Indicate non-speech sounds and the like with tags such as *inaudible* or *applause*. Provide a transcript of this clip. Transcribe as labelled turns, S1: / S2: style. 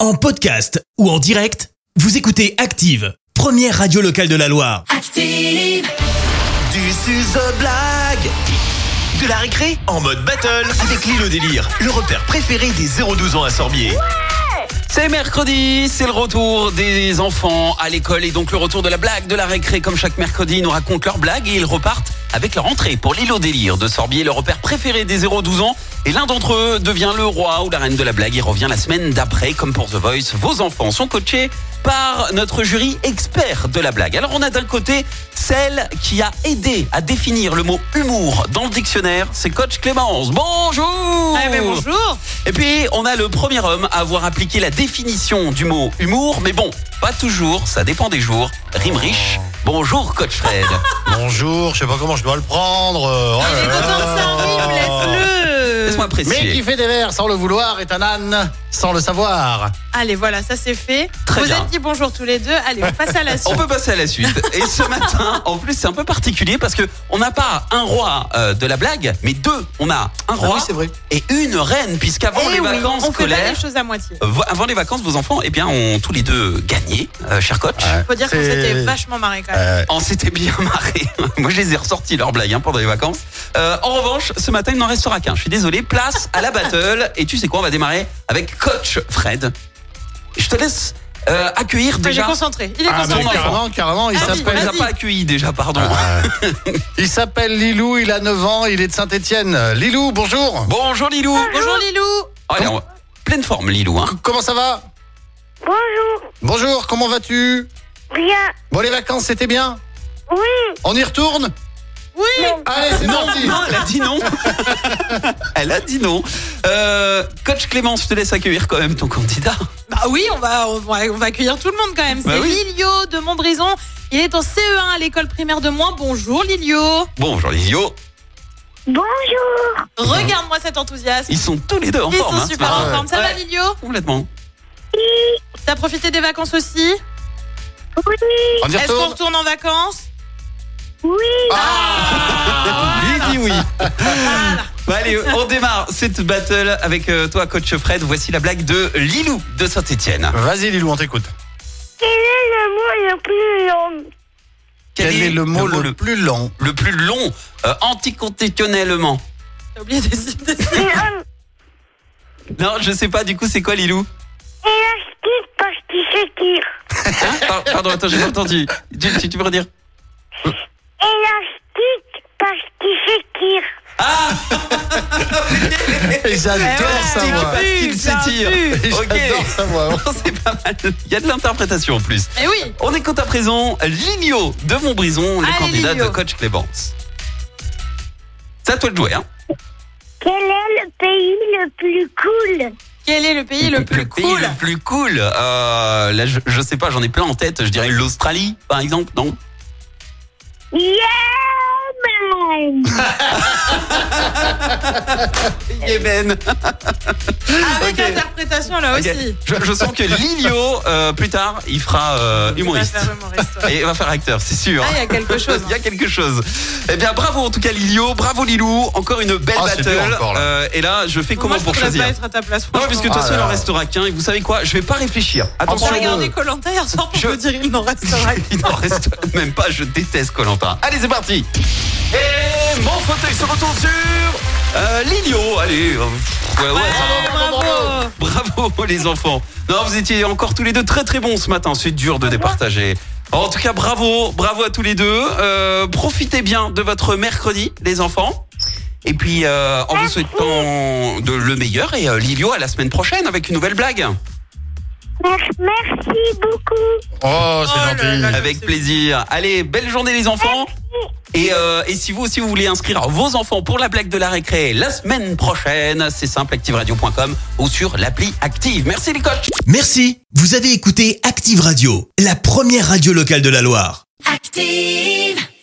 S1: En podcast ou en direct, vous écoutez Active, première radio locale de la Loire.
S2: Active,
S3: Du suzo blague De la récré en mode battle avec Lilo Délire, le repère préféré des 0-12 ans à Sorbier.
S4: C'est mercredi, c'est le retour des enfants à l'école et donc le retour de la blague, de la récré. Comme chaque mercredi, ils nous racontent leur blague et ils repartent avec leur entrée pour l'île au délire de Sorbier, le repère préféré des 0-12 ans. Et l'un d'entre eux devient le roi ou la reine de la blague. Il revient la semaine d'après, comme pour The Voice. Vos enfants sont coachés par notre jury expert de la blague. Alors on a d'un côté celle qui a aidé à définir le mot humour dans le dictionnaire, c'est coach Clémence. Bonjour
S5: Eh ben bonjour
S4: Et puis, on a le premier homme à avoir appliqué la définition du mot humour, mais bon, pas toujours, ça dépend des jours. Rime riche. Bonjour,
S5: *laughs*
S4: coach Fred.
S6: Bonjour, je sais pas comment je dois le prendre. euh, oh
S5: Il est
S6: là
S5: content de ça, oui,
S6: là.
S5: laisse-le
S4: Ah. Laisse-moi
S6: Mais qui
S4: apprécier.
S6: fait des vers sans le vouloir est un âne sans le savoir.
S5: Allez, voilà, ça c'est fait.
S4: Très
S5: vous
S4: bien.
S5: êtes dit bonjour tous les deux. Allez, on passe à la
S4: *laughs* On
S5: suite.
S4: peut passer à la suite. Et ce matin, en plus, c'est un peu particulier parce que on n'a pas un roi euh, de la blague, mais deux. On a un
S5: Ah
S4: roi
S6: vrai.
S4: et une reine, puisqu'avant
S5: Eh
S4: les
S5: oui,
S4: vacances
S5: on fait pas les
S4: scolaires,
S5: choses à moitié.
S4: euh, avant les vacances, vos enfants, eh bien, ont tous les deux gagné, euh, cher coach.
S5: Faut dire qu'on
S6: C'est-
S5: s'était vachement marré quand même.
S6: Euh,
S4: On s'était bien marré. *laughs* Moi, je les ai ressortis leurs blagues hein, pendant les vacances. Euh, en revanche, ce matin, il n'en restera qu'un. Je suis désolé. Place à la battle. Et tu sais quoi On va démarrer avec Coach Fred. Je te laisse euh, accueillir
S5: J'ai
S4: déjà.
S5: concentré. Il est
S6: Ah, mais
S5: concentré.
S6: carrément, carrément, il
S5: Ah oui,
S4: On
S6: s'appelle.
S4: les
S6: Ah.
S4: a
S5: Vas-y. Ah.
S4: pas accueillis déjà, pardon.
S6: *laughs* Il s'appelle Lilou, il a 9 ans, il est de Saint-Étienne. Lilou, bonjour.
S4: Bonjour Lilou.
S5: Bonjour Lilou
S4: Oh, elle est en pleine forme Lilou. Hein.
S6: Comment ça va
S7: Bonjour,
S6: Bonjour, comment vas-tu
S7: rien.
S6: Bon, les vacances, c'était bien
S7: Oui,
S6: On y retourne
S5: Oui
S6: Allez, c'est parti.
S4: Non, elle a dit non. *laughs* elle a dit non. Euh, Coach Clémence, je te laisse accueillir quand même ton candidat.
S5: Bah oui, on va, on va, on va accueillir tout le monde quand même. C'est
S4: Bah oui.
S5: Lilio de Montbrison. Il est en CE1 à l'école primaire de Moins. Bonjour Lilio
S4: Bonjour Lilio.
S7: bonjour.
S5: Regarde-moi cet enthousiasme.
S4: Ils sont tous les deux en
S5: Ils
S4: forme.
S5: sont
S4: hein,
S5: super
S4: ce
S5: en
S4: matin.
S5: forme. Ça va
S4: Ouais,
S5: Lilio
S4: Complètement.
S5: T'as profité des vacances aussi
S7: Oui,
S6: On y
S5: Est-ce qu'on
S6: retourne
S5: retourne en
S4: *laughs*
S5: vacances
S7: oui,
S5: Ah.
S4: Lui dit oui. Bon, Bah, allez, on démarre cette battle avec euh, toi, coach Fred. Voici la blague de Lilou de Saint-Etienne.
S6: Vas-y, Lilou, on t'écoute.
S7: quel est le mot le plus long
S6: Quel, est, le mot le,
S4: le,
S6: plus long
S4: le plus long euh, anticonstitutionnellement
S5: T'as oublié des idées.
S4: Non, je sais pas, du coup, c'est quoi Lilou
S7: Élastique parce qu'il s'étire.
S4: Hein Par- Pardon, attends, j'ai pas entendu. Tu, tu, tu peux redire
S7: Élastique parce qu'il s'étire.
S4: Ah
S6: Eh, J'adore
S4: Élastique
S6: sa voix.
S4: parce qu'il
S5: Bien
S4: s'étire.
S5: vu.
S4: *laughs*
S6: J'adore
S4: Ok.
S6: sa voix.
S4: C'est pas mal. Il y a de l'interprétation en plus.
S5: Mais oui
S4: On écoute à présent Ligno de Montbrison, le
S5: Allez,
S4: candidat
S5: Lilio.
S4: de coach Clémence. C'est à toi de jouer, hein
S7: Quel est le pays le plus cool
S5: Quel est le pays le plus
S4: pays
S5: cool
S4: le plus cool. Euh, là, je, je sais pas, j'en ai plein en tête. Je dirais l'Australie, par exemple. Non
S7: Yemen.
S5: Eh ben,
S4: Yémen.
S5: Avec
S4: Ok.
S5: l'interprétation là
S4: Ok.
S5: aussi.
S4: Je, je sens que Lilio, euh, plus tard, il fera euh, humoriste.
S5: Tu vas faire humoriste, ouais.
S4: Et il va faire acteur, c'est sûr.
S5: Ah, il y a quelque chose.
S4: *laughs* Il y a quelque chose. Eh bien, bravo en tout cas Lilio, bravo Lilou, encore une belle
S6: Ah, c'est
S4: battle.
S6: dur encore, là.
S4: Euh, et là, je fais comment
S5: Moi, je
S4: pour
S5: pourrais
S4: choisir
S5: pas être à ta place.
S4: Non, parce que de toute
S6: Ah,
S4: façon, il
S6: là,
S4: en
S6: là.
S4: restera qu'un. Et vous savez quoi Je vais pas réfléchir.
S5: J'ai
S4: Attention.
S5: regardé Colanta hier soir pour
S4: Je-
S5: me dire il n'en restera
S4: *laughs* Il n'en reste même pas, je déteste Colanta. Allez, c'est parti Et mon fauteuil se retourne sur euh, Lilio. Allez, euh, ouais, ouais, ça va.
S5: Bravo
S4: Bravo les enfants. Non, vous étiez encore tous les deux très très bons ce matin. C'est dur de départager. En tout cas, bravo, bravo à tous les deux. Euh, profitez bien de votre mercredi, les enfants. Et puis, euh, en vous souhaitant de, le meilleur. Et euh, Lilio, à la semaine prochaine avec une nouvelle blague.
S7: Mer- Merci beaucoup.
S6: Oh, c'est
S5: Oh là
S6: gentil.
S5: là.
S4: Avec plaisir. Allez, belle journée les enfants. Et, euh, et si vous aussi vous voulez inscrire vos enfants pour la blague de la récré la semaine prochaine, c'est simple, activeradio.com ou sur l'appli Active. Merci les coachs.
S1: Merci, vous avez écouté Active Radio, la première radio locale de la Loire.
S2: active.